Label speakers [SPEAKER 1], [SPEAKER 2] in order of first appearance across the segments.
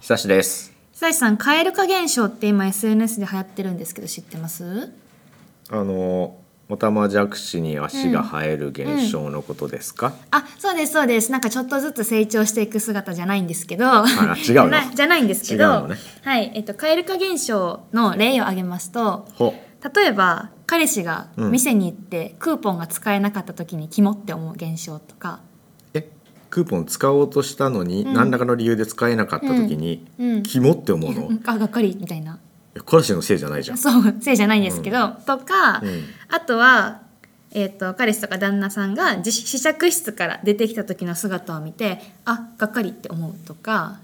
[SPEAKER 1] 久しです
[SPEAKER 2] 久石さん蛙化現象って今 SNS で流行ってるんですけど知ってます
[SPEAKER 1] あのオタマジャクシに足が生える現象のことですか、
[SPEAKER 2] あそうですそうですなんかちょっとずつ成長していく姿じゃないんですけど
[SPEAKER 1] あ違うの
[SPEAKER 2] なじゃないんですけ
[SPEAKER 1] 違う
[SPEAKER 2] ど、
[SPEAKER 1] のね
[SPEAKER 2] はいえっと、蛙化現象の例を挙げますと
[SPEAKER 1] ほ
[SPEAKER 2] 例えば彼氏が
[SPEAKER 1] うん
[SPEAKER 2] 店に行ってクーポンが使えなかった時にキモって思う現象とか、
[SPEAKER 1] えクーポン使おうとしたのに、
[SPEAKER 2] うん
[SPEAKER 1] 何らかの理由で使えなかった時に、
[SPEAKER 2] うん、
[SPEAKER 1] キモって思うのい
[SPEAKER 2] あがっかりみたいな
[SPEAKER 1] や彼氏のせいじゃないじゃん、
[SPEAKER 2] そうせいじゃないんですけど、とか、
[SPEAKER 1] うん
[SPEAKER 2] あとは、えー、と彼氏とか旦那さんが自試着室から出てきた時の姿を見てあがっかりって思うとか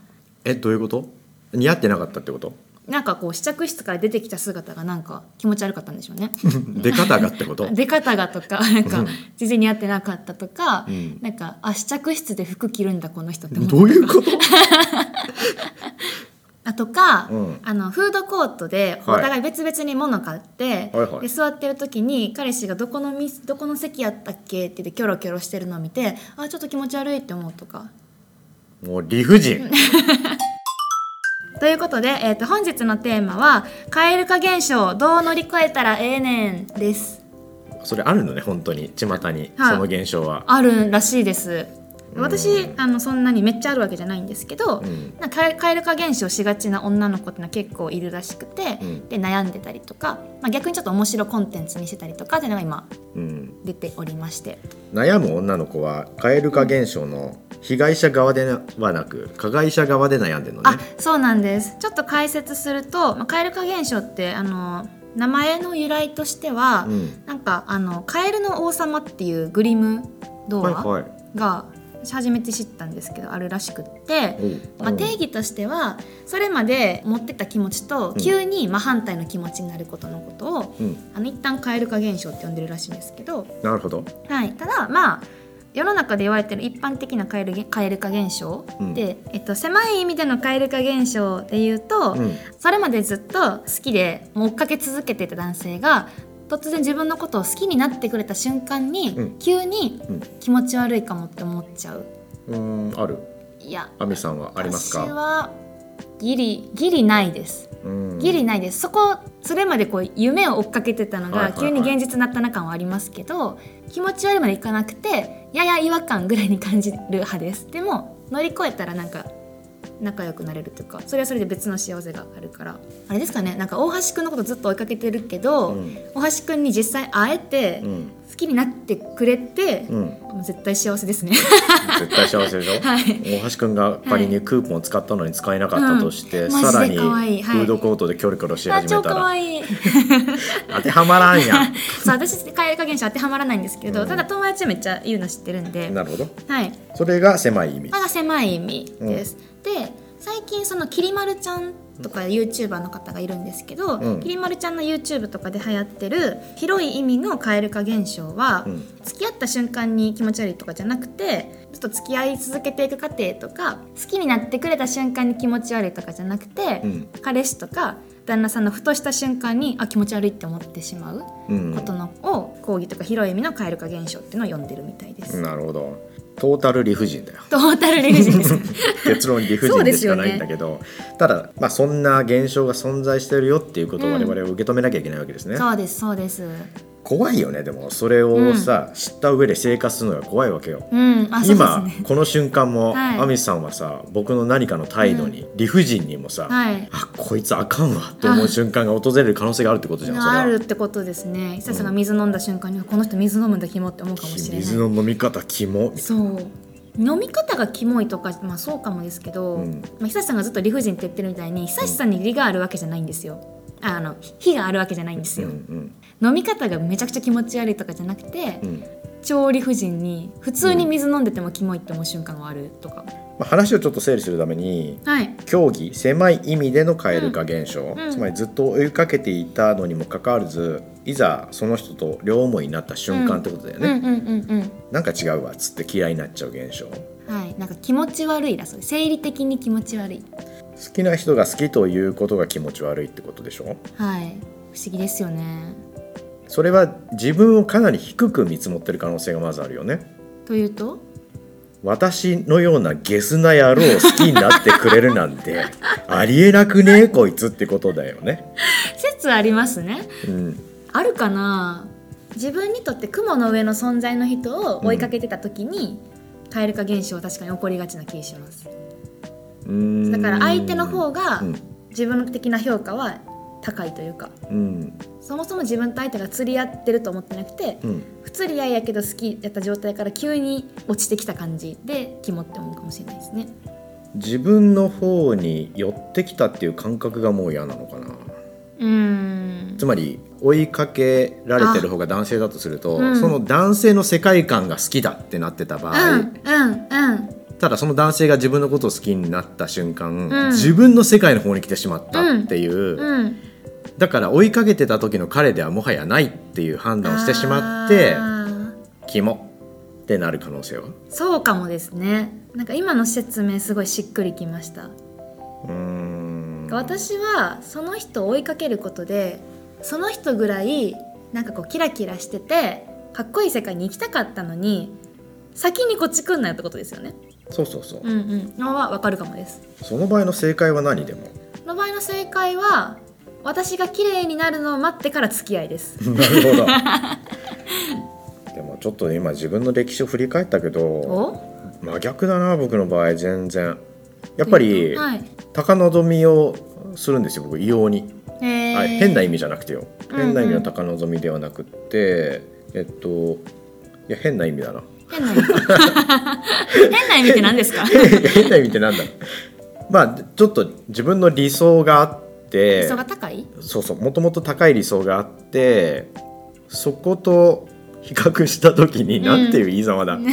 [SPEAKER 1] えどういうこと似合ってなかったって こと
[SPEAKER 2] なんかこう試着室から出てきた姿がなんか気持ち悪かったんでしょう ね。
[SPEAKER 1] 出方がってこと
[SPEAKER 2] 出方がと かなんか
[SPEAKER 1] うん
[SPEAKER 2] 全然似合ってなかったとか、
[SPEAKER 1] うん
[SPEAKER 2] なんかあ試着室で服着るんだこの人って思った
[SPEAKER 1] どういう こと
[SPEAKER 2] あとか、
[SPEAKER 1] うん
[SPEAKER 2] あのフードコートでお
[SPEAKER 1] はい
[SPEAKER 2] 互い別々に物買って、
[SPEAKER 1] はいは
[SPEAKER 2] で
[SPEAKER 1] い
[SPEAKER 2] 座ってる時に彼氏がどこのみどこの席やったっけって言ってキョロキョロしてるのを見てあちょっと気持ち悪いって思うとか。
[SPEAKER 1] もう理不尽
[SPEAKER 2] ということで、えー、と本日のテーマは「蛙化現象どう乗り越えたらええねん」です。
[SPEAKER 1] それあるのね本当に巷に、
[SPEAKER 2] はい
[SPEAKER 1] その現象は
[SPEAKER 2] あるらしいです。
[SPEAKER 1] うん
[SPEAKER 2] 私あのそんなにめっちゃあるわけじゃないんですけど、
[SPEAKER 1] うん
[SPEAKER 2] なんか蛙化現象しがちな女の子ってのは結構いるらしくて、
[SPEAKER 1] うん
[SPEAKER 2] で悩んでたりとか、まあ、逆にちょっと面白コンテンツにしてたりとかっていうのが今
[SPEAKER 1] うん
[SPEAKER 2] 出ておりまして
[SPEAKER 1] 悩む女の子は蛙化現象の被害者側ではなく加害者側で悩んでるのね
[SPEAKER 2] あそうなんですちょっと解説すると、まあ、蛙化現象ってあの名前の由来としては、
[SPEAKER 1] うん
[SPEAKER 2] なんかあのカエルの王様っていうグリム童
[SPEAKER 1] はい
[SPEAKER 2] 話
[SPEAKER 1] はい
[SPEAKER 2] が私初めて知ったんですけどあるらしくって、
[SPEAKER 1] おう
[SPEAKER 2] まあ、定義としてはそれまで持ってた気持ちと
[SPEAKER 1] ん
[SPEAKER 2] 急に真反対の気持ちになることのことを、
[SPEAKER 1] うん、
[SPEAKER 2] あの一旦カエル化現象って呼んでるらしいんですけど、
[SPEAKER 1] なるほど
[SPEAKER 2] はい、ただまあ世の中で言われてる一般的なカエルカエル化現象で、えっと、狭い意味でのカエル化現象で言うと、
[SPEAKER 1] うん
[SPEAKER 2] それまでずっと好きでもう追っかけ続けてた男性が突然自分のことを好きになってくれた瞬間に、
[SPEAKER 1] うん
[SPEAKER 2] 急に
[SPEAKER 1] うん
[SPEAKER 2] 気持ち悪いかもって思っちゃう
[SPEAKER 1] うーんある
[SPEAKER 2] いや
[SPEAKER 1] 亜美さんはあります
[SPEAKER 2] 私
[SPEAKER 1] か
[SPEAKER 2] はギリギリないです
[SPEAKER 1] うん
[SPEAKER 2] ギリないです、そこそれまでこう夢を追っかけてたの
[SPEAKER 1] はい
[SPEAKER 2] が
[SPEAKER 1] はいは
[SPEAKER 2] 急
[SPEAKER 1] い
[SPEAKER 2] に現実になったな感はありますけど、気持ち悪いまでいかなくてやや違和感ぐらいに感じる派ですでも乗り越えたらなんか仲良くなれるというかそれはそれで別の幸せがあるからあれですかねなんか大橋くんのことずっと追いかけてるけど、
[SPEAKER 1] うん
[SPEAKER 2] 大橋くんに実際会えて
[SPEAKER 1] うん
[SPEAKER 2] 好きになってくれて、
[SPEAKER 1] うん
[SPEAKER 2] もう絶対幸せです ね
[SPEAKER 1] 絶対幸せでしょ、
[SPEAKER 2] はい
[SPEAKER 1] 大橋くんが仮にクーポンを使ったのに使えなかったとして、
[SPEAKER 2] うんマジで
[SPEAKER 1] さらにフ
[SPEAKER 2] 可愛いはい
[SPEAKER 1] ードコートでキョロキョロし
[SPEAKER 2] あ
[SPEAKER 1] 始
[SPEAKER 2] 超
[SPEAKER 1] めた
[SPEAKER 2] 可
[SPEAKER 1] ら
[SPEAKER 2] 愛い
[SPEAKER 1] 当てはまらんや
[SPEAKER 2] そう私カエル化現象当てはまらないんですけど、
[SPEAKER 1] うん
[SPEAKER 2] ただ友達はめっちゃ言うの知ってるんで
[SPEAKER 1] んなるほど
[SPEAKER 2] はい
[SPEAKER 1] それが狭い意味
[SPEAKER 2] まだ狭い意味です。で最近そのきりまるちゃんとか YouTuber の方がいるんですけど、
[SPEAKER 1] うん
[SPEAKER 2] きりまるちゃんの YouTube とかで流行ってる広い意味の蛙化現象は、
[SPEAKER 1] うん
[SPEAKER 2] 付き合った瞬間に気持ち悪いとかじゃなくてちょっと付き合い続けていく過程とか好きになってくれた瞬間に気持ち悪いとかじゃなくて、
[SPEAKER 1] うん
[SPEAKER 2] 彼氏とか旦那さんのふとした瞬間にあ気持ち悪いって思ってしまう
[SPEAKER 1] うん
[SPEAKER 2] ことのを、講義とか広い意味の蛙化現象っていうのを呼んでるみたいです。
[SPEAKER 1] なるほどトータル理不尽だよ
[SPEAKER 2] トータル理不尽です
[SPEAKER 1] 結論理不尽でしかないんだけど、ただ、まあ、そんな現象が存在してるよっていうことを我々は受け止めなきゃいけないわけですね、
[SPEAKER 2] そうですそうです。
[SPEAKER 1] 怖いよねでもそれをさ、知った上で生活するのが怖いわけよ
[SPEAKER 2] うん、あ、そ
[SPEAKER 1] 今、
[SPEAKER 2] うですね。
[SPEAKER 1] この瞬間も、
[SPEAKER 2] はい
[SPEAKER 1] アミさんはさ僕の何かの態度に、理不尽にもさ、
[SPEAKER 2] はい。
[SPEAKER 1] あこいつあかんわって思う瞬間が訪れる可能性があるってことじゃんそれは
[SPEAKER 2] あるってことですね。久さんが水飲んだ瞬間に、この人水飲むんだキモって思うかもしれない。
[SPEAKER 1] 水の飲み方キモみたい
[SPEAKER 2] そう。飲み方がキモいとか、まあそうかもですけど、
[SPEAKER 1] うん
[SPEAKER 2] まあ久さんがずっと理不尽って言ってるみたいに、久さんに理があるわけじゃないんですよ。ああの火があるわけじゃないんです
[SPEAKER 1] な
[SPEAKER 2] よ、
[SPEAKER 1] うん
[SPEAKER 2] 飲み方がめちゃくちゃ気持ち悪いとかじゃなくて、
[SPEAKER 1] うんうん
[SPEAKER 2] 超理不尽に普通に水飲んでてもキモいって思う瞬間があるとか、
[SPEAKER 1] まあ、話をちょっと整理するために
[SPEAKER 2] はい
[SPEAKER 1] 競技狭い意味での蛙化現象、
[SPEAKER 2] うんうん
[SPEAKER 1] つまりずっと追いかけていたのにもかかわらずいざその人と両思いになった瞬間ってことだよ
[SPEAKER 2] うんう
[SPEAKER 1] ね、
[SPEAKER 2] んうんうん
[SPEAKER 1] なんか違うわっつって嫌いになっちゃう現象好
[SPEAKER 2] はい、なんか気持ち悪いだそうです生理的に気持ち悪い
[SPEAKER 1] きな人が好きということが気持ち悪いってことでしょ
[SPEAKER 2] はい不思議ですよね
[SPEAKER 1] それは自分をかなり低く見積もってる可能性がまずあるよね
[SPEAKER 2] というと
[SPEAKER 1] 私のようなゲスな野郎を好きになってくれるなん てありえなくねえこいつってことだよね。
[SPEAKER 2] 説ありますね
[SPEAKER 1] うん、
[SPEAKER 2] あるかな自分にとって雲の上の存在の人を追いかけてた時に、蛙化現象は確かに起こりがちな気がします
[SPEAKER 1] うーん
[SPEAKER 2] だから相手の方が
[SPEAKER 1] うん
[SPEAKER 2] 自分的な評価は高いというか
[SPEAKER 1] うん
[SPEAKER 2] そもそも自分と相手が釣り合ってると思ってなくて
[SPEAKER 1] うん
[SPEAKER 2] 不釣り合いやけど好きやった状態から急に落ちてきた感じで肝って思うかもしれないですね
[SPEAKER 1] 自分の方に寄ってきたっていう感覚がもう嫌なのかな
[SPEAKER 2] うーん
[SPEAKER 1] つまり追いかけられてる方が男性だとすると、
[SPEAKER 2] あうん
[SPEAKER 1] その男性の世界観が好きだってなってた場合、
[SPEAKER 2] うんうんうん
[SPEAKER 1] ただその男性が自分のことを好きになった瞬間、
[SPEAKER 2] うん
[SPEAKER 1] 自分の世界の方に来てしまったっていう、
[SPEAKER 2] うん
[SPEAKER 1] だから追いかけてた時の彼ではもはやないっていう判断をしてしまって
[SPEAKER 2] あー
[SPEAKER 1] キモってなる可能性は
[SPEAKER 2] そうかもですねなんか今の説明すごいしっくりきました
[SPEAKER 1] うーん
[SPEAKER 2] 私はその人を追いかけることでその人ぐらいなんかこうキラキラしててかっこいい世界に行きたかったのに先にこっち来んなよってことですよね
[SPEAKER 1] そうそうそう、
[SPEAKER 2] うんうんのはわかるかもです
[SPEAKER 1] その場合の正解は何で も
[SPEAKER 2] の場合の正解は私が綺麗になるのを待ってから付き合いです
[SPEAKER 1] な るほどでもちょっと今自分の歴史を振り返ったけど
[SPEAKER 2] お
[SPEAKER 1] 真逆だな僕の場合全然やっぱり
[SPEAKER 2] はい
[SPEAKER 1] 高望みをするんですよ僕異様に、
[SPEAKER 2] えー
[SPEAKER 1] はい、変な意味じゃなくてよ
[SPEAKER 2] うんうん
[SPEAKER 1] 変な意味の高望みではなくって、えっといや変な意味だな
[SPEAKER 2] 変な意味変な意味って何ですか
[SPEAKER 1] いや変な意味ってなんだまあちょっと自分の理想があって
[SPEAKER 2] 理想が高い
[SPEAKER 1] そうそうもともと高い理想があってそこと比較した時に、
[SPEAKER 2] ん
[SPEAKER 1] なんていう言いざま だ比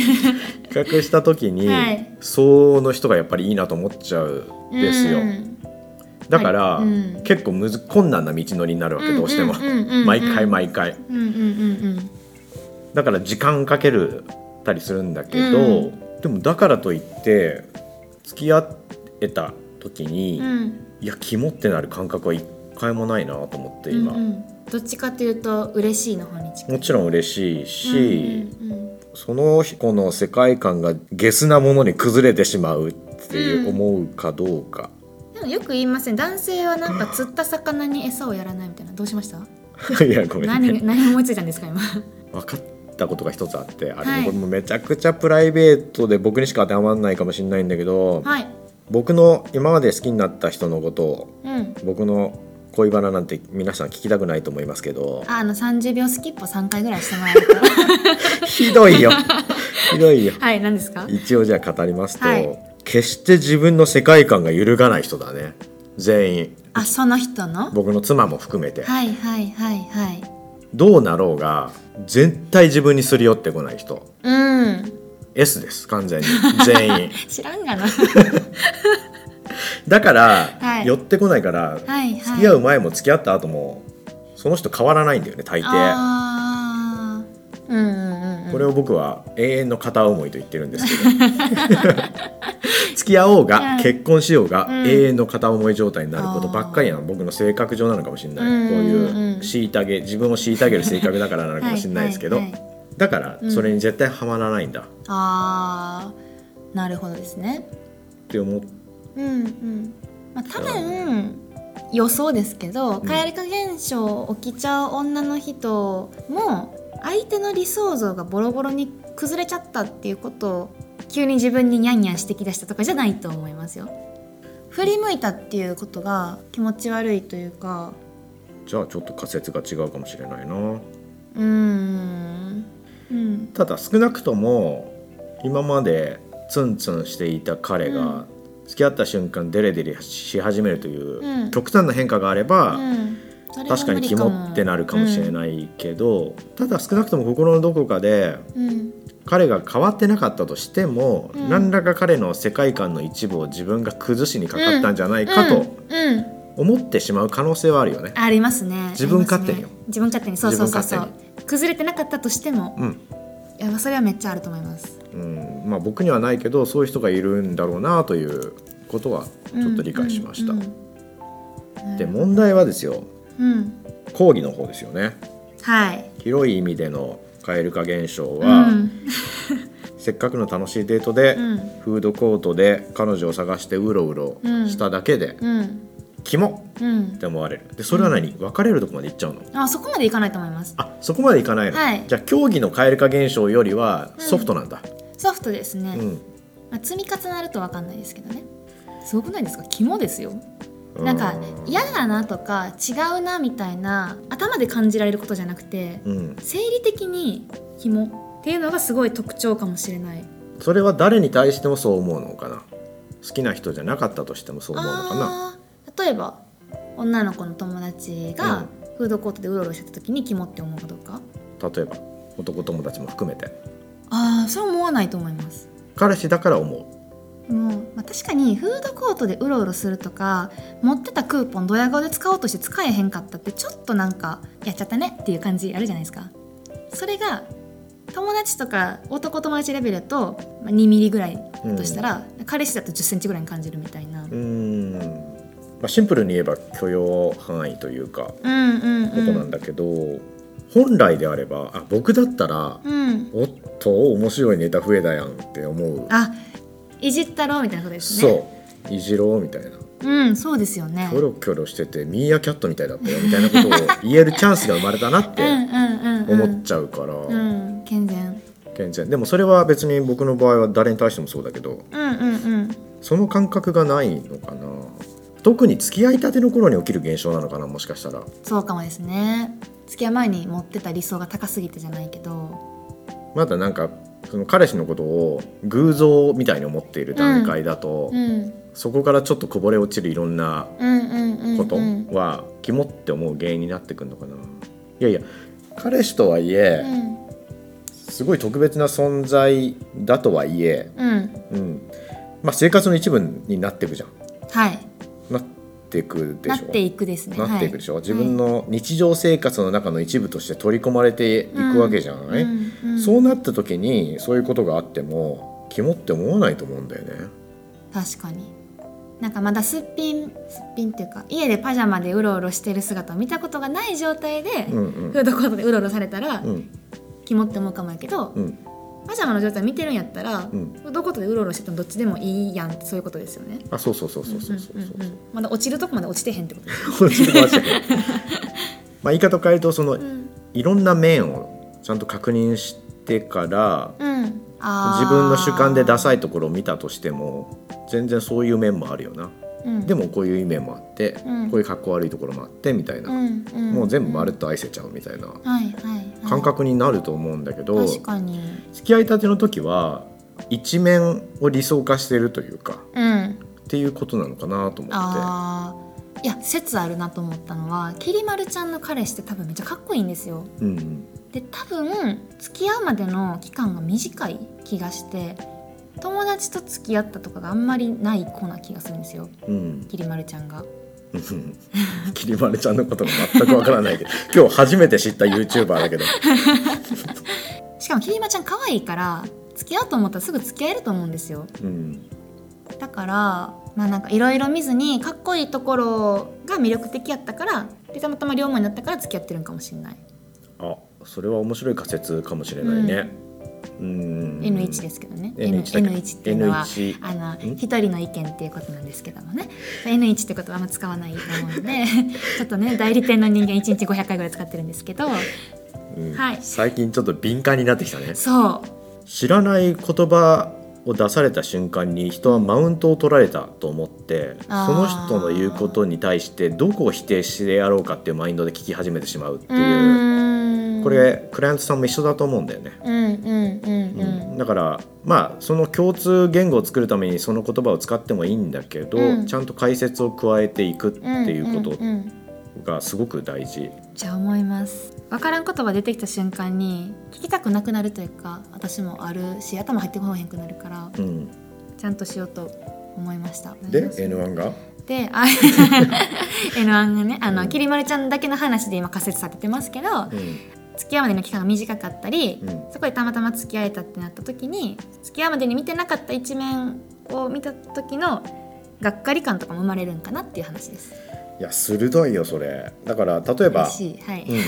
[SPEAKER 1] 較した時に、
[SPEAKER 2] はい
[SPEAKER 1] 相応の人がやっぱりいいなと思っちゃうんですよ、
[SPEAKER 2] うん
[SPEAKER 1] だから、
[SPEAKER 2] はいうん
[SPEAKER 1] 結構むず困難な道のりになるわけ、どうしても、
[SPEAKER 2] んんうんうん
[SPEAKER 1] 毎回毎回
[SPEAKER 2] うんうんうんうん
[SPEAKER 1] だから時間かけるたりするんだけど、
[SPEAKER 2] う
[SPEAKER 1] でもだからといって付き合えた時に、
[SPEAKER 2] うん
[SPEAKER 1] いや肝ってなる感覚は一回もないなと思って今、
[SPEAKER 2] うんうんどっちかというと嬉しいの方に近い
[SPEAKER 1] もちろん嬉しいし、
[SPEAKER 2] うんうん
[SPEAKER 1] その子の世界観がゲスなものに崩れてしまうっていう思うかどうか、
[SPEAKER 2] うんでもよく言いません男性はなんか釣った魚に餌をやらないみたいなどうしました
[SPEAKER 1] いやごめんね
[SPEAKER 2] 何何思いついたんですか 今
[SPEAKER 1] 分かったことが一つあってあれ、
[SPEAKER 2] はい
[SPEAKER 1] これもめちゃくちゃプライベートで僕にしか当てはまらないかもしれないんだけど、
[SPEAKER 2] はい
[SPEAKER 1] 僕の今まで好きになった人のことを
[SPEAKER 2] うん
[SPEAKER 1] 僕の恋バナなんて皆さん聞きたくないと思いますけど
[SPEAKER 2] ああの30秒スキップを3回ぐらいしてもらえると
[SPEAKER 1] ひど いよひどいよ
[SPEAKER 2] はい何ですか
[SPEAKER 1] 一応じゃあ語りますと、
[SPEAKER 2] はい
[SPEAKER 1] 決して自分の世界観が揺るがない人だね全員
[SPEAKER 2] あその人の
[SPEAKER 1] 僕の妻も含めて、
[SPEAKER 2] はいはいはいはい
[SPEAKER 1] どうなろうが絶対自分にすり寄ってこない人
[SPEAKER 2] うん
[SPEAKER 1] S です完全に全 員
[SPEAKER 2] 知らん がな
[SPEAKER 1] だから、
[SPEAKER 2] はい
[SPEAKER 1] 寄ってこないから、
[SPEAKER 2] はいはい
[SPEAKER 1] 付き合う前も付き合った後もその人変わらないんだよね大抵
[SPEAKER 2] あーうんうんうんうん
[SPEAKER 1] これを僕は永遠の片思いと言ってるんですけ ど付き合おうが、
[SPEAKER 2] うん
[SPEAKER 1] 結婚しようが、
[SPEAKER 2] うん
[SPEAKER 1] 永遠の片思い状態になることばっかりなの僕の性格上なのかもしれない、
[SPEAKER 2] うん
[SPEAKER 1] こう
[SPEAKER 2] うん
[SPEAKER 1] いううん虐げ自分を虐げる性格だからなのかもしれないですけど
[SPEAKER 2] はいはいはい
[SPEAKER 1] だから
[SPEAKER 2] うん
[SPEAKER 1] それに絶対はまらないんだっ
[SPEAKER 2] あーなるほどですね
[SPEAKER 1] て思っ
[SPEAKER 2] うんうん、まあ、多分予想ですけど
[SPEAKER 1] ん
[SPEAKER 2] 蛙化現象起きちゃう女の人も相手の理想像がボロボロに崩れちゃったっていうことを急に自分にニャンニャンしてきだしたとかじゃないと思いますよ。振り向いたっていうことが気持ち悪いというか
[SPEAKER 1] じゃあちょっと仮説が違うかもしれないな
[SPEAKER 2] うーんうん
[SPEAKER 1] ただ少なくとも今までツンツンしていた彼が、
[SPEAKER 2] うん
[SPEAKER 1] 付き合った瞬間デレデレし始めるという、
[SPEAKER 2] うん
[SPEAKER 1] 極端な変化があれ
[SPEAKER 2] う
[SPEAKER 1] ば、
[SPEAKER 2] んそれは
[SPEAKER 1] 確か
[SPEAKER 2] 無
[SPEAKER 1] に
[SPEAKER 2] 理
[SPEAKER 1] 肝ってなるかもしれないけど、ただ少なくとも心のどこかで
[SPEAKER 2] うんうん
[SPEAKER 1] 彼が変わってなかったとしても、
[SPEAKER 2] うん
[SPEAKER 1] 何らか彼の世界観の一部を自分が崩しにかかったんじゃないかと
[SPEAKER 2] うんうん
[SPEAKER 1] 思ってしまう可能性はあるよね。
[SPEAKER 2] ありますね
[SPEAKER 1] 自分勝手
[SPEAKER 2] あ
[SPEAKER 1] に
[SPEAKER 2] りますね自分勝手にそうそうそうそ
[SPEAKER 1] 自分
[SPEAKER 2] う崩れてなかったとしても
[SPEAKER 1] うん
[SPEAKER 2] いやそれはめっちゃあると思います
[SPEAKER 1] うんまあ、僕にはないけどそういう人がいるんだろうなということはちょっと理解しました。
[SPEAKER 2] うんうんうん
[SPEAKER 1] で問題はですよ
[SPEAKER 2] うん
[SPEAKER 1] 講義の方ですよね
[SPEAKER 2] はい
[SPEAKER 1] 広い意味での蛙化現象
[SPEAKER 2] う
[SPEAKER 1] は、
[SPEAKER 2] ん
[SPEAKER 1] せっかくの楽しいデートで、
[SPEAKER 2] うん
[SPEAKER 1] フードコートで彼女を探してうろうろしただけで、
[SPEAKER 2] うん
[SPEAKER 1] キモ
[SPEAKER 2] うん
[SPEAKER 1] って思われるでそれは何、別れるとこまで行っちゃうの
[SPEAKER 2] あそこまでいかないと思います
[SPEAKER 1] あそこまでいかないの、
[SPEAKER 2] はい
[SPEAKER 1] じゃあ競技の蛙化現象よりは
[SPEAKER 2] うん
[SPEAKER 1] ソフトなんだ、
[SPEAKER 2] ソフトです
[SPEAKER 1] う
[SPEAKER 2] ね、
[SPEAKER 1] ん
[SPEAKER 2] まあ、積み重なると分かんないですけどねすごくないですか肝ですよ
[SPEAKER 1] う
[SPEAKER 2] なんか嫌だなとか違うなみたいな頭で感じられることじゃなくて
[SPEAKER 1] うん、
[SPEAKER 2] 生理的に肝っていうのがすごい特徴かもしれない
[SPEAKER 1] それは誰に対してもそう思うのかな好きな人じゃなかったとしてもそう思うのかな
[SPEAKER 2] あー例えば女の子の友達がフードコートでうろうろしてた時に肝って思うかどうか
[SPEAKER 1] 例えば男友達も含めて
[SPEAKER 2] ああそれは思わないと思います
[SPEAKER 1] 彼氏だから思
[SPEAKER 2] もう、まあ、確かにフードコートでうろうろするとか持ってたクーポンドヤ顔で使おうとして使えへんかったってちょっとなんかやっちゃったねっていう感じあるじゃないですかそれが友達とか男友達レベルだとまあ2ミリぐらいとしたら、彼氏だと1 0ンチぐらいに感じるみたいな、
[SPEAKER 1] ううーん、まあ、シンプルに言えば許容範囲というか
[SPEAKER 2] うんうんうん
[SPEAKER 1] ことなんだけど、本来であればあ僕だったら、
[SPEAKER 2] うん
[SPEAKER 1] おっと面白いネタ増えたやんって思う
[SPEAKER 2] あいじったろうみたいなことですね
[SPEAKER 1] そういじろうみたいな
[SPEAKER 2] ううんそうですよね
[SPEAKER 1] キョロキョロしててミーアキャットみたいだったよみたいなことを言えるチャンスが生まれたなっ
[SPEAKER 2] うん
[SPEAKER 1] て
[SPEAKER 2] うんうん
[SPEAKER 1] 思っちゃうから、
[SPEAKER 2] うん、うん、健全
[SPEAKER 1] 健全でもそれは別に僕の場合は誰に対してもそうだけど
[SPEAKER 2] うんうんうん
[SPEAKER 1] その感覚がないのかな特に付き合いたての頃に起きる現象なのかなもしかしたら
[SPEAKER 2] そうかもですね付き合う前に持ってた理想が高すぎてじゃないけど
[SPEAKER 1] まだなんかその彼氏のことを偶像みたいに思っている段階だと、
[SPEAKER 2] うん
[SPEAKER 1] そこからちょっとこぼれ落ちるいろんな
[SPEAKER 2] うんうんうん
[SPEAKER 1] こと
[SPEAKER 2] うん
[SPEAKER 1] は肝って思う原因になってくるのかな、いやいや彼氏とはいえ、
[SPEAKER 2] うん
[SPEAKER 1] すごい特別な存在だとはいえ、
[SPEAKER 2] うん
[SPEAKER 1] うんまあ、生活の一部になっていくじゃん
[SPEAKER 2] はい
[SPEAKER 1] なっていくで
[SPEAKER 2] な
[SPEAKER 1] し
[SPEAKER 2] っ
[SPEAKER 1] ょ
[SPEAKER 2] ていくですね
[SPEAKER 1] なっていくでしょ、
[SPEAKER 2] はい、
[SPEAKER 1] 自分の日常生活の中の一部として取り込まれていくわけじゃない、
[SPEAKER 2] うんうん
[SPEAKER 1] そうなった時にそういうことがあっても肝って思わないと思うんだよね
[SPEAKER 2] 確かになんかまだすっぴんすっぴんっていうか家でパジャマでうろうろしてる姿を見たことがない状態で、
[SPEAKER 1] うん
[SPEAKER 2] フードコートでうろうろされたら、
[SPEAKER 1] うんうん
[SPEAKER 2] キモって思うかもやけど、
[SPEAKER 1] うん
[SPEAKER 2] パジャマの状態見てるんやったら、
[SPEAKER 1] うん
[SPEAKER 2] フードコートでうろうろしててもどっちでもいいやんってそういうことですよね
[SPEAKER 1] あそうそうそうそうそうそうそう,、
[SPEAKER 2] んんんまだ落ちるとこまで落ちてへんってことです、
[SPEAKER 1] まあ言い方を変えるとその
[SPEAKER 2] うん
[SPEAKER 1] いろんな面をちゃんと確認してから
[SPEAKER 2] うん、あー
[SPEAKER 1] 自分の主観でダサいところを見たとしても全然そういう面もあるよな
[SPEAKER 2] うん
[SPEAKER 1] でもこういう面もあって、
[SPEAKER 2] うん
[SPEAKER 1] こういう格好悪いところもあってみたいな、
[SPEAKER 2] うんうん
[SPEAKER 1] もう全部まるっと愛せちゃうみたいな
[SPEAKER 2] はいはい、はい、
[SPEAKER 1] 感覚になると思うんだけど、
[SPEAKER 2] 確かに
[SPEAKER 1] 付き合いたての時は一面を理想化してるというか
[SPEAKER 2] うん
[SPEAKER 1] っていうことなのかなと思っ
[SPEAKER 2] あーいや説あるなと思ったのはきりまるちゃんの彼氏って多分めっちゃかっこいいんですよ
[SPEAKER 1] て、うん
[SPEAKER 2] で多分付き合うまでの期間が短い気がして友達と付き合ったとかがあんまりない子な気がするんですよ
[SPEAKER 1] うん、
[SPEAKER 2] きりまるちゃんが
[SPEAKER 1] うん、きりまるちゃんのことが全くわからないけど今日初めて知った YouTuber だけど
[SPEAKER 2] しかもきりまちゃん可愛いから付き合おうと思ったらすぐ付き合えると思うんですよ
[SPEAKER 1] うん
[SPEAKER 2] だからまあなんかいろいろ見ずにかっこいいところが魅力的やったからでたまたま両思いになったから付き合ってるんかもしれない、
[SPEAKER 1] あそれは面白い仮説かもしれないね。うん、
[SPEAKER 2] N1 ですけどね
[SPEAKER 1] N1 だけ
[SPEAKER 2] N1 っていうのは
[SPEAKER 1] N1
[SPEAKER 2] あの
[SPEAKER 1] ん
[SPEAKER 2] 一人の意見っていうことなんですけどもね N1 ってことはあんま使わないと思うんで ちょっとね代理店の人間1日500回ぐらい使ってるんですけど
[SPEAKER 1] うん
[SPEAKER 2] はい
[SPEAKER 1] 最近ちょっと敏感になってきたね
[SPEAKER 2] そ
[SPEAKER 1] 知らない言葉を出された瞬間に人はマウントを取られたと思ってそ
[SPEAKER 2] あ
[SPEAKER 1] の
[SPEAKER 2] ー
[SPEAKER 1] 人の言うことに対してどこを否定してやろうかっていうマインドで聞き始めてしまうって
[SPEAKER 2] うう
[SPEAKER 1] いう
[SPEAKER 2] ーん
[SPEAKER 1] これクライアントさんも一緒だと思うんだよね、
[SPEAKER 2] うんうんうんうん
[SPEAKER 1] だからまあその共通言語を作るためにその言葉を使ってもいいんだけど、
[SPEAKER 2] うん
[SPEAKER 1] ちゃんと解説を加えていくって
[SPEAKER 2] うん
[SPEAKER 1] いうこ
[SPEAKER 2] んん
[SPEAKER 1] とがすごく大事、
[SPEAKER 2] じゃあ思います分からん言葉出てきた瞬間に聞きたくなくなるというか私もあるし頭入ってこへんくなるから
[SPEAKER 1] うん、
[SPEAKER 2] ちゃんとしようと思いました
[SPEAKER 1] で N1 が
[SPEAKER 2] であ N1 がねあの、
[SPEAKER 1] うん
[SPEAKER 2] きりまるちゃんだけの話で今仮説されてますけど
[SPEAKER 1] うん
[SPEAKER 2] 付き合うまでの期間が短かったり、
[SPEAKER 1] うん
[SPEAKER 2] そこでたまたま付き合えたってなった時に付き合うまでに見てなかった一面を見た時のがっかり感とかも生まれるんかなっていう話です。
[SPEAKER 1] いや鋭いよそれだから例えば
[SPEAKER 2] 嬉しいはい、
[SPEAKER 1] うんうん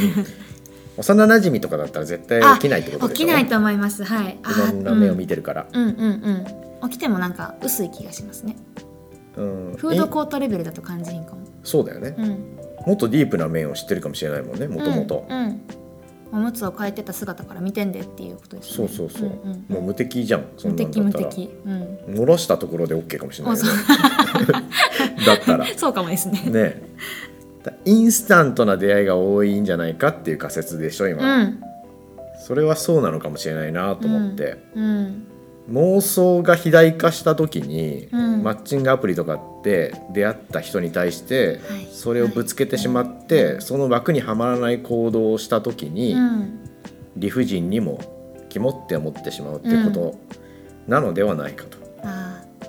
[SPEAKER 1] 幼馴染とかだったら絶対起きないってこ
[SPEAKER 2] 起
[SPEAKER 1] とでし
[SPEAKER 2] き
[SPEAKER 1] ょ
[SPEAKER 2] ないと思いますはいあ
[SPEAKER 1] いろ
[SPEAKER 2] ー
[SPEAKER 1] んな目を見てるから、
[SPEAKER 2] うん、うんうんうん起きてもなんか薄い気がしますね
[SPEAKER 1] うん
[SPEAKER 2] フードコートレベルだと感じひんかも、
[SPEAKER 1] えそうだよね、
[SPEAKER 2] うん、
[SPEAKER 1] もっとディープな面を知ってるかもしれないもんねもともと
[SPEAKER 2] うんうんおむつを変えてた姿から見てんでっていうことです、
[SPEAKER 1] そう
[SPEAKER 2] ね、
[SPEAKER 1] そうそう、
[SPEAKER 2] んん
[SPEAKER 1] もう無敵じゃんそん
[SPEAKER 2] 無
[SPEAKER 1] なん
[SPEAKER 2] 敵
[SPEAKER 1] だっ
[SPEAKER 2] 無
[SPEAKER 1] たら
[SPEAKER 2] 敵うん
[SPEAKER 1] 漏らしたところで OK かもしれないよね
[SPEAKER 2] お
[SPEAKER 1] だったらね
[SPEAKER 2] そうかもですね
[SPEAKER 1] だインスタントな出会いが多いんじゃないかっていう仮説でしょ
[SPEAKER 2] う
[SPEAKER 1] 今、
[SPEAKER 2] ん
[SPEAKER 1] それはそうなのかもしれないなと思って、
[SPEAKER 2] うん
[SPEAKER 1] 妄想が肥大化した時に、
[SPEAKER 2] うん
[SPEAKER 1] マッチングアプリとかって出会った人に対して
[SPEAKER 2] はい
[SPEAKER 1] それをぶつけてしまって、その枠にはまらない行動をした時に、
[SPEAKER 2] うん
[SPEAKER 1] 理不尽にも肝って思ってしまうっていうことなのではないかと、
[SPEAKER 2] あー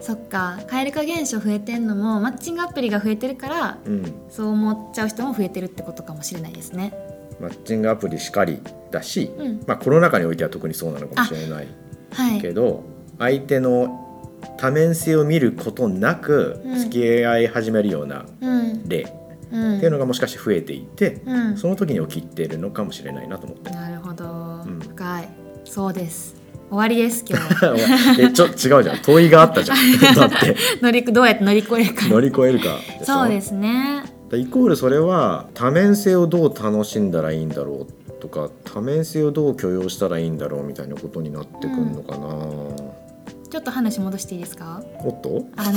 [SPEAKER 2] そっか蛙化現象増えてんのもマッチングアプリが増えてるから
[SPEAKER 1] うん
[SPEAKER 2] そう思っちゃう人も増えてるってことかもしれないですね
[SPEAKER 1] マッチングアプリしかりだし、
[SPEAKER 2] うん
[SPEAKER 1] まあ、コロナ禍においては特にそうなのかもしれない
[SPEAKER 2] はい
[SPEAKER 1] けど相手の多面性を見ることなく
[SPEAKER 2] うん
[SPEAKER 1] 付き合い始めるような
[SPEAKER 2] うん
[SPEAKER 1] 例、
[SPEAKER 2] うん
[SPEAKER 1] っていうのがもしかして増えていて、
[SPEAKER 2] うん
[SPEAKER 1] その時に起きているのかもしれないなと 思って。
[SPEAKER 2] なるほど、
[SPEAKER 1] うん
[SPEAKER 2] 深いそうです終わりです今 日
[SPEAKER 1] えちょ違うじゃん問いがあったじゃんだって
[SPEAKER 2] 乗りどうやって乗り越えるか
[SPEAKER 1] 乗り越えるかしょ
[SPEAKER 2] そうですね
[SPEAKER 1] でイコールそれは多面性をどう楽しんだらいいんだろうとか多面性をどう許容したらいいんだろうみたいなことになってくるのかな、
[SPEAKER 2] ちょっと話戻していいですか
[SPEAKER 1] おっと
[SPEAKER 2] あの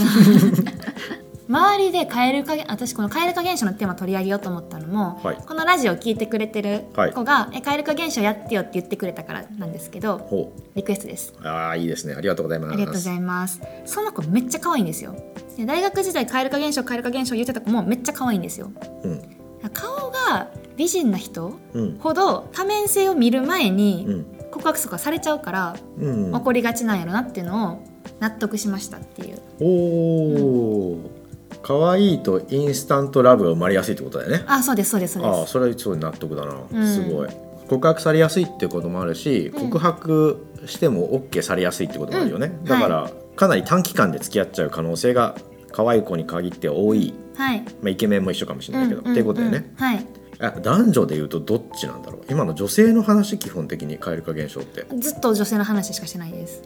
[SPEAKER 2] 周りで蛙化現私この蛙化現象のテーマ取り上げようと思ったのも、
[SPEAKER 1] はい
[SPEAKER 2] このラジオを聞いてくれてる
[SPEAKER 1] はい
[SPEAKER 2] 子が「え蛙化現象やってよ」って言ってくれたからなんですけど
[SPEAKER 1] ほ
[SPEAKER 2] リクエストです
[SPEAKER 1] うああいいですねありがとうございます
[SPEAKER 2] ありがとうございますその子めっちゃ可愛いんですよで大学時代蛙化現象蛙化現象言ってた子もめっちゃ可愛いんですよ
[SPEAKER 1] うん
[SPEAKER 2] 顔が美人な人
[SPEAKER 1] うん
[SPEAKER 2] ほど多面性を見る前
[SPEAKER 1] う
[SPEAKER 2] に
[SPEAKER 1] ん
[SPEAKER 2] 告白とかされちゃうから
[SPEAKER 1] うん
[SPEAKER 2] 怒りがちなんやろなっていうのを納得しましたっていう
[SPEAKER 1] おお可愛いとインスタントラブが生まれやすいってことだよね
[SPEAKER 2] あそうですそうですそう
[SPEAKER 1] ああ
[SPEAKER 2] で
[SPEAKER 1] ー
[SPEAKER 2] す
[SPEAKER 1] それはすごい納得だな、
[SPEAKER 2] うん
[SPEAKER 1] すごい告白されやすいってこともあるし
[SPEAKER 2] うん
[SPEAKER 1] 告白しても OK されやすいってこともあるよね、
[SPEAKER 2] うん
[SPEAKER 1] だから、かなり短期間で付き合っちゃう可能性が可愛い子に限って多い、
[SPEAKER 2] はい
[SPEAKER 1] まあ、イケメンも一緒かもしれないけど、
[SPEAKER 2] うんうん
[SPEAKER 1] っていうことだよね
[SPEAKER 2] うんはい
[SPEAKER 1] あ男女でいうとどっちなんだろう今の女性の話基本的に蛙化現象って
[SPEAKER 2] ずっと女性の話しかしてないです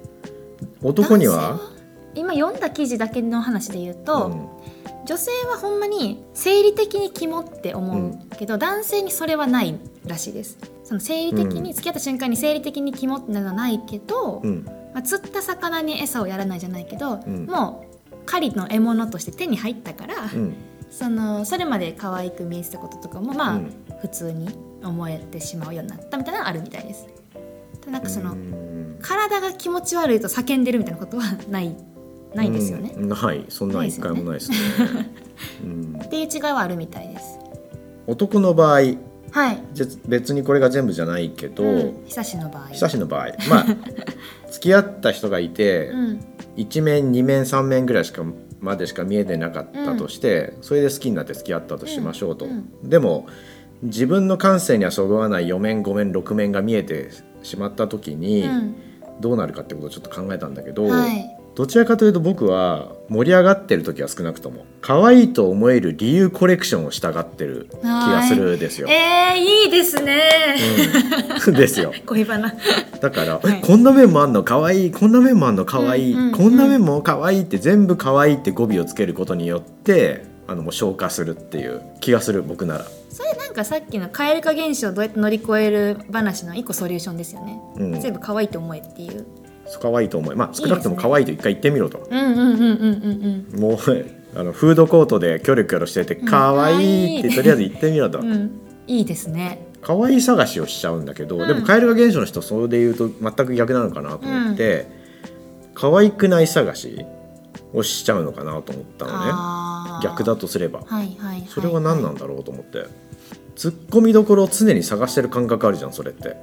[SPEAKER 1] 男には
[SPEAKER 2] 男性今読んだ記事だけの話で言うと、女性はほんまに生理的に肝って思うけど、男性にそれはないらしいですその生理的
[SPEAKER 1] うん
[SPEAKER 2] に付き合った瞬間に生理的に肝ってのはないけど、
[SPEAKER 1] うん、うん
[SPEAKER 2] まあ、釣った魚に餌をやらないじゃないけど、
[SPEAKER 1] ん
[SPEAKER 2] もう狩りの獲物として手に入ったから、
[SPEAKER 1] うん
[SPEAKER 2] そのそれまで可愛く見えてたこととかもまあ、
[SPEAKER 1] うん
[SPEAKER 2] 普通に思えてしまうようになったみたいなのはあるみたいです。ただなんかその、
[SPEAKER 1] うん
[SPEAKER 2] 体が気持ち悪いと叫んでるみたいなことはないないですよね、
[SPEAKER 1] うんないそんなん一回もないです ねうん、
[SPEAKER 2] っていう違いはあるみたいです。
[SPEAKER 1] 男の場合
[SPEAKER 2] はい。
[SPEAKER 1] じゃ別にこれが全部じゃないけど、
[SPEAKER 2] うん、久しの場合。
[SPEAKER 1] 久しの場合まあ 付き合った人がいて、
[SPEAKER 2] うん。
[SPEAKER 1] 1面2面3面ぐらいしかまでしか見えてなかったとして、それで好きになって付き合ったとしましょうと、
[SPEAKER 2] うんう
[SPEAKER 1] でも自分の感性にはそぐわない4面5面6面が見えてしまった時に、
[SPEAKER 2] うん。
[SPEAKER 1] どうなるかってことをちょっと考えたんだけど、
[SPEAKER 2] はい。
[SPEAKER 1] どちらかというと僕は盛り上がってる時は少なくとも可愛いと思える理由コレクションをしたがってる気がするですよ。
[SPEAKER 2] えー、いいですね。
[SPEAKER 1] うん ですよ。
[SPEAKER 2] 恋バナ。
[SPEAKER 1] だから、
[SPEAKER 2] はい
[SPEAKER 1] えこんな面もあんの可愛いこんな面もあんの可愛い、
[SPEAKER 2] うんうんうん
[SPEAKER 1] こんな面も可愛いって全部可愛いって語尾をつけることによってあのもう消化するっていう気がする僕なら、
[SPEAKER 2] それなんかさっきの蛙化現象をどうやって乗り越える話の一個ソリューションですよね。
[SPEAKER 1] うん、
[SPEAKER 2] 全部可愛いと思えっていう。
[SPEAKER 1] 可愛いと思いまあ
[SPEAKER 2] す
[SPEAKER 1] 少
[SPEAKER 2] ね
[SPEAKER 1] なくとも可愛いと一回言ってみろと
[SPEAKER 2] うんうんうんうんうん
[SPEAKER 1] もう あのフードコートでキョロキョロしてて
[SPEAKER 2] ん
[SPEAKER 1] 可愛いってとりあえず言ってみろと、
[SPEAKER 2] うん。うん。いいですね。
[SPEAKER 1] 可愛い探しをしちゃうんだけど、
[SPEAKER 2] うん
[SPEAKER 1] でも蛙化現象の人それで言うと全く逆なのかなと思って、可愛くない探しをしちゃうのかなと思ったのね
[SPEAKER 2] ああ。
[SPEAKER 1] 逆だ。とすれば。
[SPEAKER 2] はいはいはい、はい。
[SPEAKER 1] それは何なんだろうと思って、ツッコミどころを常に探してる感覚あるじゃんそれって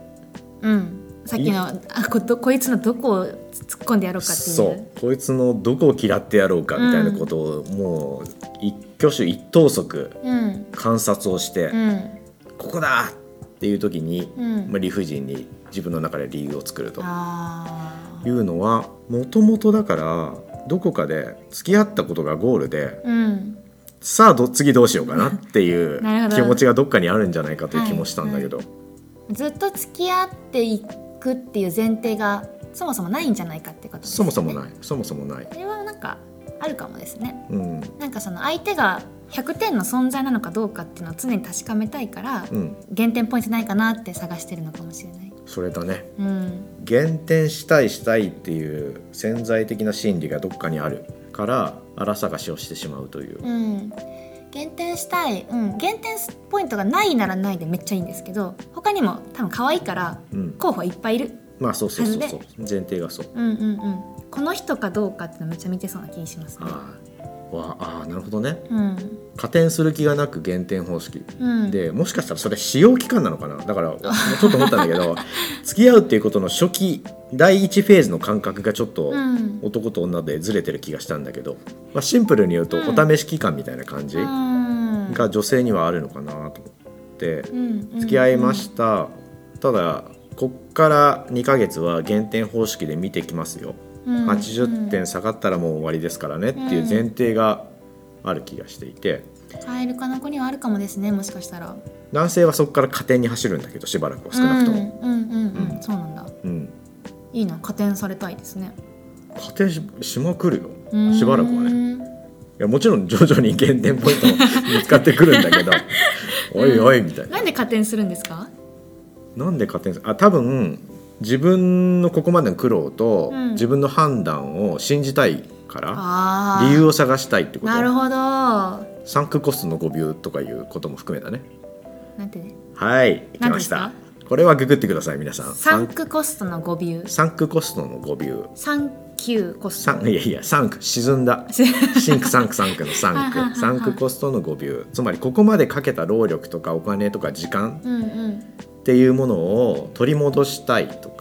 [SPEAKER 2] うん、さっきのあこ どこいつのどこを突っ込んでやろうかっていう
[SPEAKER 1] そうこいつのどこを嫌ってやろうかみたいなことを、もう一挙手一投足
[SPEAKER 2] うん
[SPEAKER 1] 観察をして、
[SPEAKER 2] うん
[SPEAKER 1] ここだっていう時に、
[SPEAKER 2] うん
[SPEAKER 1] まあ理不尽に自分の中で理由を作ると
[SPEAKER 2] あ
[SPEAKER 1] い
[SPEAKER 2] ー
[SPEAKER 1] うのはもともとだからどこかで付き合ったことがゴールで
[SPEAKER 2] うん
[SPEAKER 1] さあど次どうしようかなっていう
[SPEAKER 2] なるほど
[SPEAKER 1] 気持ちがどっかにあるんじゃないかという気もしたんだけど、
[SPEAKER 2] ずっと付き合っていくっていう前提がそもそもないんじゃないかってことです
[SPEAKER 1] そ
[SPEAKER 2] よ
[SPEAKER 1] も
[SPEAKER 2] ね
[SPEAKER 1] そもないそもそもない、
[SPEAKER 2] それはなんかあるかもですね
[SPEAKER 1] うん
[SPEAKER 2] なんかその相手が100点の存在なのかどうかっていうのを常に確かめたいから、
[SPEAKER 1] うん、
[SPEAKER 2] 減点ポイントないかなって探してるのかもしれない
[SPEAKER 1] それだね
[SPEAKER 2] うん
[SPEAKER 1] 減点したいしたいっていう潜在的な心理がどっかにあるから荒探しをしてしまうという、
[SPEAKER 2] うん減点したい、うん、減点ポイントがないならないでめっちゃいいんですけど他にも多分可愛いから
[SPEAKER 1] うん、
[SPEAKER 2] 候補はいっぱいいる
[SPEAKER 1] まあそうそうそうそう
[SPEAKER 2] は
[SPEAKER 1] 前提がそう
[SPEAKER 2] うんうんうんこの人かどうかってのめっちゃ見てそうな気にしますね
[SPEAKER 1] ああわああなるほどね
[SPEAKER 2] うん
[SPEAKER 1] 加点する気がなく減点方式
[SPEAKER 2] うん
[SPEAKER 1] でもしかしたらそれ使用期間なのかなだからちょっと思ったんだけ ど付き合うっていうことの初期第一フェーズの感覚がちょっと
[SPEAKER 2] うん
[SPEAKER 1] 男と女でずれてる気がしたんだけど、まあ、シンプルに言うと
[SPEAKER 2] うん
[SPEAKER 1] お試し期間みたいな感じ
[SPEAKER 2] うん
[SPEAKER 1] が女性にはあるのかなと思って
[SPEAKER 2] うん
[SPEAKER 1] 付き合いましたただこっから2ヶ月は減点方式で見てきますよ
[SPEAKER 2] うん
[SPEAKER 1] 80点下がったらもう終わりですからねっていう前提がある気がしていて
[SPEAKER 2] カエルかな子にはあるかもですねもしかしたら
[SPEAKER 1] 男性はそこから加点に走るんだけどしばらくは少なくとも。
[SPEAKER 2] うんうんうん、う、
[SPEAKER 1] うんん
[SPEAKER 2] そうなんだ
[SPEAKER 1] うん、
[SPEAKER 2] いいな加点されたいですね
[SPEAKER 1] 加点ししまくるよ
[SPEAKER 2] うん
[SPEAKER 1] しばらくはねいやもちろん徐々に減点ポイントも 見つかってくるんだ けどおいおいみたいな、
[SPEAKER 2] なんで加点するんですか
[SPEAKER 1] なんで加点すあ多分自分のここまでの苦労と、
[SPEAKER 2] うん
[SPEAKER 1] 自分の判断を信じたいから
[SPEAKER 2] あー
[SPEAKER 1] 理由を探したいってこと
[SPEAKER 2] なるほどな
[SPEAKER 1] サンクコストの誤謬とかいうことも含めたね
[SPEAKER 2] んてね
[SPEAKER 1] はい来まし
[SPEAKER 2] 何
[SPEAKER 1] た
[SPEAKER 2] で
[SPEAKER 1] これはググってください皆さん
[SPEAKER 2] サンクコストの語尾
[SPEAKER 1] サンクコストの誤謬
[SPEAKER 2] サンキューコスト
[SPEAKER 1] サンいやいやサンク沈んだシンクサンクサンクのサン
[SPEAKER 2] はいはいはいはい
[SPEAKER 1] クサンクコストの誤謬つまりここまでかけた労力とかお金とか時間
[SPEAKER 2] うんうん
[SPEAKER 1] っていうものを取り戻したいと
[SPEAKER 2] あ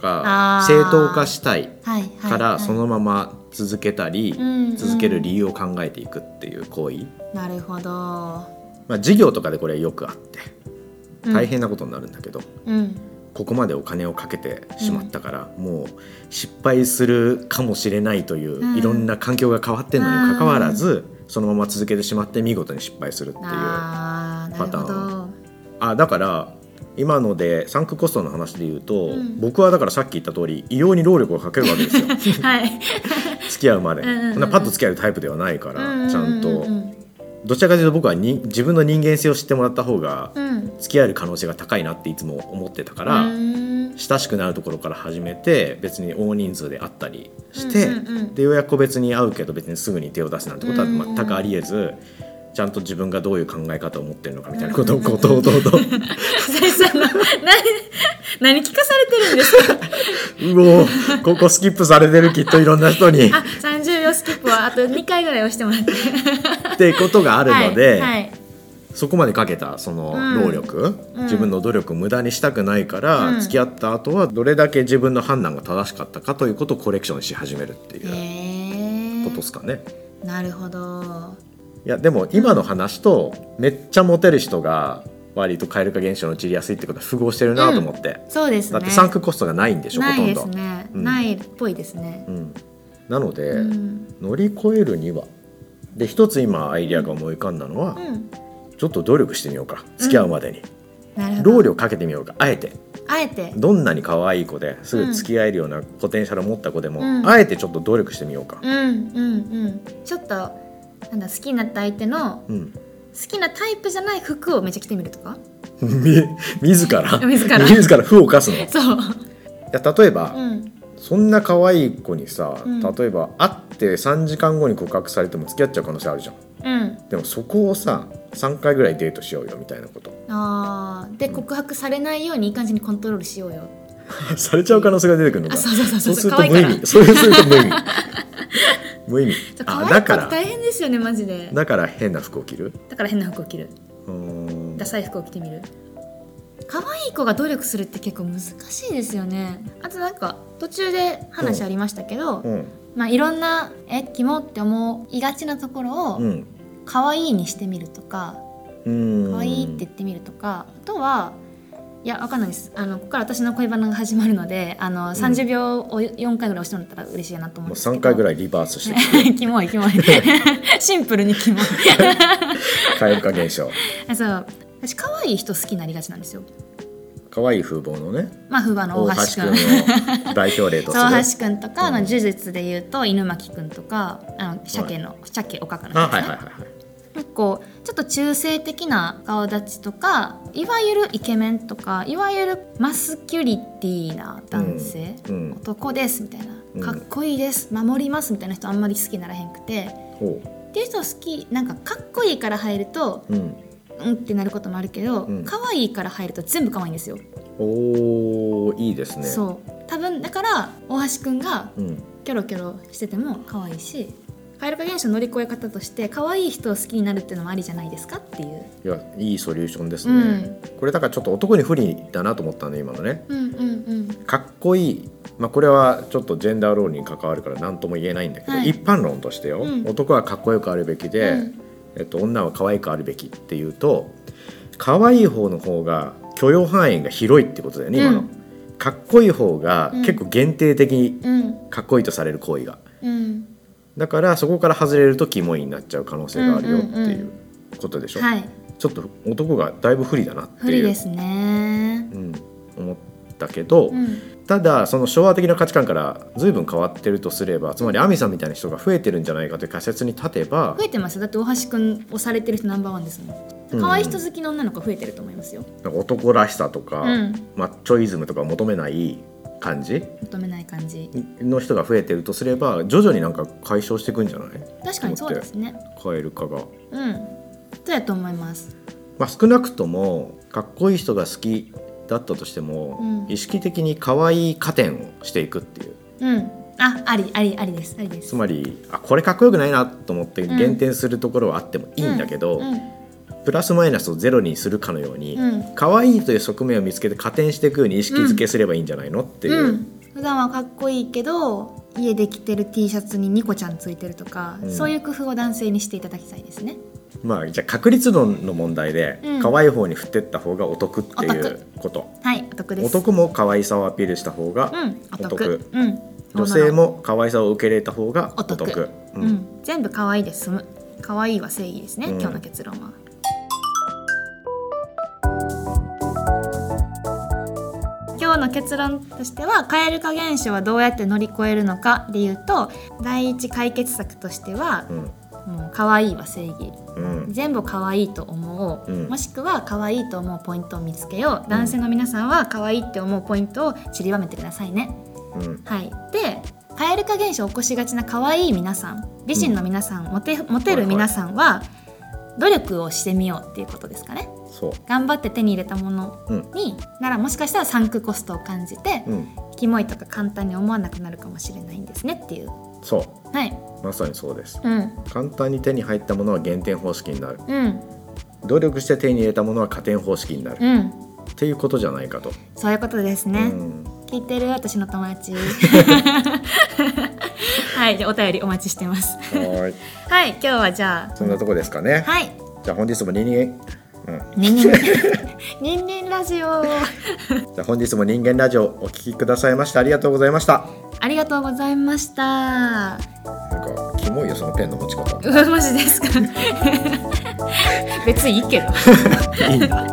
[SPEAKER 1] か
[SPEAKER 2] ー
[SPEAKER 1] 正当化したい
[SPEAKER 2] はいはい
[SPEAKER 1] から
[SPEAKER 2] はい
[SPEAKER 1] そのまま続けたり
[SPEAKER 2] うんうん
[SPEAKER 1] 続ける理由を考えていくっていう行為、
[SPEAKER 2] なるほど
[SPEAKER 1] まあ、事業とかでこれよくあって
[SPEAKER 2] うん
[SPEAKER 1] 大変なことになるんだけど、
[SPEAKER 2] うん
[SPEAKER 1] ここまでお金をかけてしまったから、もう失敗するかもしれないという、
[SPEAKER 2] うん
[SPEAKER 1] いろんな環境が変わってるのにもかかわらず、そのまま続けてしまって見事に失敗するっていうあ
[SPEAKER 2] あーなるほ
[SPEAKER 1] パタ
[SPEAKER 2] ど
[SPEAKER 1] ーだから今のでサンクコストの話で言うと、
[SPEAKER 2] うん
[SPEAKER 1] 僕はだからさっき言った通り異様に労力をかけるわけです よ
[SPEAKER 2] はい
[SPEAKER 1] 付き合うまで、
[SPEAKER 2] うんうんうん
[SPEAKER 1] そんなパッと付き合えるタイプではないから、ちゃんと、
[SPEAKER 2] ううん
[SPEAKER 1] どちらかというと僕はに自分の人間性を知ってもらった方が
[SPEAKER 2] うんうん
[SPEAKER 1] 付き合える可能性が高いなっていつも思ってたから。
[SPEAKER 2] うん
[SPEAKER 1] 親しくなるところから始めて別に大人数で会ったりして、
[SPEAKER 2] うんうんうん
[SPEAKER 1] でようやく個別に会うけど別にすぐに手を出すなんてことは
[SPEAKER 2] うん
[SPEAKER 1] 全くありえず、ちゃんと自分がどういう考え方を持ってるのかみたいなことをこうとうとうとう
[SPEAKER 2] 浅井さんの何何聞かされてるんですか
[SPEAKER 1] うおーここスキップされてるきっといろんな人に
[SPEAKER 2] あ30秒スキップはあと2回ぐらい押してもらって
[SPEAKER 1] ってことがあるので、
[SPEAKER 2] はいはい
[SPEAKER 1] そこまでかけたその
[SPEAKER 2] うん
[SPEAKER 1] 労力、
[SPEAKER 2] うん
[SPEAKER 1] 自分の努力を無駄にしたくないから、
[SPEAKER 2] うん
[SPEAKER 1] 付き合った後はどれだけ自分の判断が正しかったかということをコレクションし始めるっていう
[SPEAKER 2] へ
[SPEAKER 1] ことで
[SPEAKER 2] ー
[SPEAKER 1] すかね。
[SPEAKER 2] なるほど
[SPEAKER 1] いやでも今の話とめっちゃモテる人が割と蛙化現象の散りやすいってことは符合してるなと思って、
[SPEAKER 2] そうです
[SPEAKER 1] だ
[SPEAKER 2] ね
[SPEAKER 1] ってサンクコストがないんでしょほ
[SPEAKER 2] な
[SPEAKER 1] と
[SPEAKER 2] い
[SPEAKER 1] ん
[SPEAKER 2] で
[SPEAKER 1] ど
[SPEAKER 2] す、ね、
[SPEAKER 1] うん
[SPEAKER 2] ないっぽいですね
[SPEAKER 1] う、ん、なので、
[SPEAKER 2] うん
[SPEAKER 1] 乗り越えるにはで一つ今アイディアが思い浮かんだのは、
[SPEAKER 2] うん
[SPEAKER 1] ちょっと努力してみようか付き合うまでに、
[SPEAKER 2] なるほど
[SPEAKER 1] 労力かけてみようかあえて
[SPEAKER 2] あえて
[SPEAKER 1] どんなに可愛い子ですぐ付き合えるようなポテンシャルを持った子でも、
[SPEAKER 2] うん
[SPEAKER 1] あえてちょっと努力してみようか、
[SPEAKER 2] うんうんうんちょっとなんだ好きになった相手の
[SPEAKER 1] うん
[SPEAKER 2] 好きなタイプじゃない服をめっちゃ着てみるとか
[SPEAKER 1] み自ら
[SPEAKER 2] 自ら
[SPEAKER 1] 自ら負を課すのい
[SPEAKER 2] そう、
[SPEAKER 1] や例えば、
[SPEAKER 2] うん、
[SPEAKER 1] そんな可愛い子にさ、
[SPEAKER 2] うん
[SPEAKER 1] 例えば会って3時間後に告白されても付き合っちゃう可能性あるじゃん
[SPEAKER 2] うん
[SPEAKER 1] でもそこをさ3回ぐらいデートしようよみたいなこと
[SPEAKER 2] あーで告白されないようにいい感じにコントロールしようよ
[SPEAKER 1] されちゃう可能性が出てくるの
[SPEAKER 2] あ
[SPEAKER 1] か
[SPEAKER 2] そうそうそう
[SPEAKER 1] そうする
[SPEAKER 2] 可
[SPEAKER 1] と
[SPEAKER 2] 愛い
[SPEAKER 1] 無
[SPEAKER 2] から
[SPEAKER 1] 意味そうすると無意 味無意味
[SPEAKER 2] そう可
[SPEAKER 1] あ
[SPEAKER 2] 愛い
[SPEAKER 1] だか
[SPEAKER 2] から
[SPEAKER 1] ら
[SPEAKER 2] 大変ですよねマジで
[SPEAKER 1] だから変な服を着る
[SPEAKER 2] だから変な服を着る
[SPEAKER 1] うーん
[SPEAKER 2] ダサい服を着てみる可愛い子が努力するって結構難しいですよねあとなんか途中で話ありましたけど、
[SPEAKER 1] うん
[SPEAKER 2] まあいろんな「えキモ」って思いがちなところ
[SPEAKER 1] う
[SPEAKER 2] を
[SPEAKER 1] ん
[SPEAKER 2] 「可愛いにしてみるとか「
[SPEAKER 1] うーん
[SPEAKER 2] 可愛いって言ってみるとかあとはいやわかんないですあのここから私の恋バナが始まるのであの30秒を4回ぐらい押してもらったら嬉しいなと思うん
[SPEAKER 1] もう
[SPEAKER 2] ですけど
[SPEAKER 1] 3回ぐ
[SPEAKER 2] い
[SPEAKER 1] らいリバースし て
[SPEAKER 2] キモいキモい シンプルにキモい
[SPEAKER 1] 蛙化現象
[SPEAKER 2] あそう私可愛い人好きになりがちなんですよ
[SPEAKER 1] 可愛い風貌のね
[SPEAKER 2] まあ風磨の大
[SPEAKER 1] 大
[SPEAKER 2] 橋
[SPEAKER 1] 橋
[SPEAKER 2] くん
[SPEAKER 1] 君を代表例とする
[SPEAKER 2] 大橋くんとか、あの
[SPEAKER 1] うん
[SPEAKER 2] 呪術で言うと犬巻くんとかあの鮭の、鮭おかかの
[SPEAKER 1] あ
[SPEAKER 2] やつ
[SPEAKER 1] は
[SPEAKER 2] ね
[SPEAKER 1] いはいはいはい
[SPEAKER 2] 結構ちょっと中性的な顔立ちとかいわゆるイケメンとかいわゆるマスキュリティな男性、
[SPEAKER 1] うん
[SPEAKER 2] 男ですみたいな、
[SPEAKER 1] うん
[SPEAKER 2] かっこいいです守りますみたいな人あんまり好きにならへんくて
[SPEAKER 1] ほ
[SPEAKER 2] っていう人好きなんかかっこいいから入ると
[SPEAKER 1] ううん
[SPEAKER 2] うんってなることもあるけど、
[SPEAKER 1] うん
[SPEAKER 2] 可愛いから入ると全部可愛いんですよ、
[SPEAKER 1] おーいいですね
[SPEAKER 2] そう多分だから大橋くんが
[SPEAKER 1] うん
[SPEAKER 2] キョロキョロしてても可愛いし蛙化現象の乗り越え方として可愛い人を好きになるっていうのもありじゃないですかっていう、
[SPEAKER 1] いやいいソリューションですね、これだからちょっと男に不利だなと思ったんで今のね
[SPEAKER 2] うんうんうん、
[SPEAKER 1] かっこいいまあこれはちょっとジェンダーロールに関わるから何とも言えないんだけど、
[SPEAKER 2] はい
[SPEAKER 1] 一般論としてよ、
[SPEAKER 2] うん
[SPEAKER 1] 男はかっこよくあるべきで、
[SPEAKER 2] うん
[SPEAKER 1] えっと、女は可愛くあるべきっていうと可愛い方の方が許容範囲が広いってことだよね、今
[SPEAKER 2] う
[SPEAKER 1] の。かっこいい方が
[SPEAKER 2] うん
[SPEAKER 1] 結構限定的に
[SPEAKER 2] うん
[SPEAKER 1] かっこいいとされる行為が。
[SPEAKER 2] うん
[SPEAKER 1] だからそこから外れるとキモいになっちゃう可能性があるよって
[SPEAKER 2] うんうんう
[SPEAKER 1] いうんことでしょ、
[SPEAKER 2] はい
[SPEAKER 1] ちょっと男がだいぶ不利だなって
[SPEAKER 2] 不利
[SPEAKER 1] いう
[SPEAKER 2] で、すね
[SPEAKER 1] うん、思ったけど、
[SPEAKER 2] うん
[SPEAKER 1] ただその昭和的な価値観から随分変わってるとすればつまり亜美さんみたいな人が増えてるんじゃないかという仮説に立てば
[SPEAKER 2] 増えてますよだって大橋くん押されてる人ナンバーワンですも
[SPEAKER 1] うん
[SPEAKER 2] ん可愛い人好きの女の子増えてると思いますよ、
[SPEAKER 1] なんか男らしさとか、
[SPEAKER 2] うん
[SPEAKER 1] マッチョイズムとかを求めない感じ
[SPEAKER 2] 求めない感じ
[SPEAKER 1] の人が増えてるとすれば徐々になんか解消していくんじゃない
[SPEAKER 2] 確かにそうですね
[SPEAKER 1] カエル化が。
[SPEAKER 2] うんそうやと思います
[SPEAKER 1] まあ、少なくともかっこいい人が好きだったとしても、
[SPEAKER 2] うん
[SPEAKER 1] 意識的に可愛い加点をしていくっていう
[SPEAKER 2] うんあありありありですありです
[SPEAKER 1] つまりあこれかっこよくないなと思って減点するところはあってもいいんだけど、
[SPEAKER 2] うん
[SPEAKER 1] プラスマイナスをゼロにするかのように、
[SPEAKER 2] うん
[SPEAKER 1] 可愛いという側面を見つけて加点していくように意識づけすればいいんじゃないのっていうう、
[SPEAKER 2] ん、普段はかっこいいけど家で着てる T シャツにニコちゃんついてるとか、
[SPEAKER 1] うん
[SPEAKER 2] そういう工夫を男性にしていただきたいですね
[SPEAKER 1] まあじゃあ確率論の問題で、
[SPEAKER 2] うん
[SPEAKER 1] 可愛い方に振ってった方がお得ってい
[SPEAKER 2] お
[SPEAKER 1] う
[SPEAKER 2] 得
[SPEAKER 1] こと
[SPEAKER 2] はいお得で
[SPEAKER 1] お
[SPEAKER 2] す
[SPEAKER 1] 得も可愛さをアピールした方が
[SPEAKER 2] うんお
[SPEAKER 1] お
[SPEAKER 2] 得
[SPEAKER 1] 得、
[SPEAKER 2] うん
[SPEAKER 1] 女性も可愛さを受け入れた方がお
[SPEAKER 2] お
[SPEAKER 1] 得
[SPEAKER 2] 得
[SPEAKER 1] う
[SPEAKER 2] うんん、全部可愛いで済む可愛いは正義ですね、
[SPEAKER 1] うん
[SPEAKER 2] 今日の結論は今日の結論としては蛙化現象はどうやって乗り越えるのかでいうと第一解決策としては
[SPEAKER 1] う、ん
[SPEAKER 2] もう可愛いは正義
[SPEAKER 1] うん
[SPEAKER 2] 全部可愛いと思おう、
[SPEAKER 1] うん
[SPEAKER 2] もしくは可愛いと思うポイントを見つけよう男性の皆さんは可愛いって思うポイントを散りばめてくださいね
[SPEAKER 1] うん
[SPEAKER 2] はいで蛙化現象を起こしがちな可愛い皆さん美人の皆さん、モテモテる皆さんは、努力をしてみようっていうことですかね
[SPEAKER 1] そう
[SPEAKER 2] 頑張って手に入れたもの
[SPEAKER 1] うん
[SPEAKER 2] にならもしかしたらサンクコストを感じて、
[SPEAKER 1] うん
[SPEAKER 2] キモいとか簡単に思わなくなるかもしれないんですねっていう
[SPEAKER 1] そ
[SPEAKER 2] はいう
[SPEAKER 1] まさにそうです
[SPEAKER 2] うん
[SPEAKER 1] 簡単に手に入ったものは減点方式になる
[SPEAKER 2] うん
[SPEAKER 1] 努力して手に入れたものは加点方式になる、
[SPEAKER 2] うん
[SPEAKER 1] っていうことじゃないかと、
[SPEAKER 2] そういうことですね、
[SPEAKER 1] うん
[SPEAKER 2] 聞いてる私の友 達はいじゃあお便りお待ちしてます
[SPEAKER 1] はーい
[SPEAKER 2] はい今日はじゃ
[SPEAKER 1] そんなとこですかね
[SPEAKER 2] あはい
[SPEAKER 1] じゃあ本日も人間、うん、
[SPEAKER 2] ニンニンニンニンラジオ
[SPEAKER 1] じゃあ本日も人間ラジオお聞きくださいましてありがとうございました
[SPEAKER 2] ありがとうございま した
[SPEAKER 1] なんかキモいよそのペンの持ち方
[SPEAKER 2] うわマジですか 別にいいけど
[SPEAKER 1] いいんだ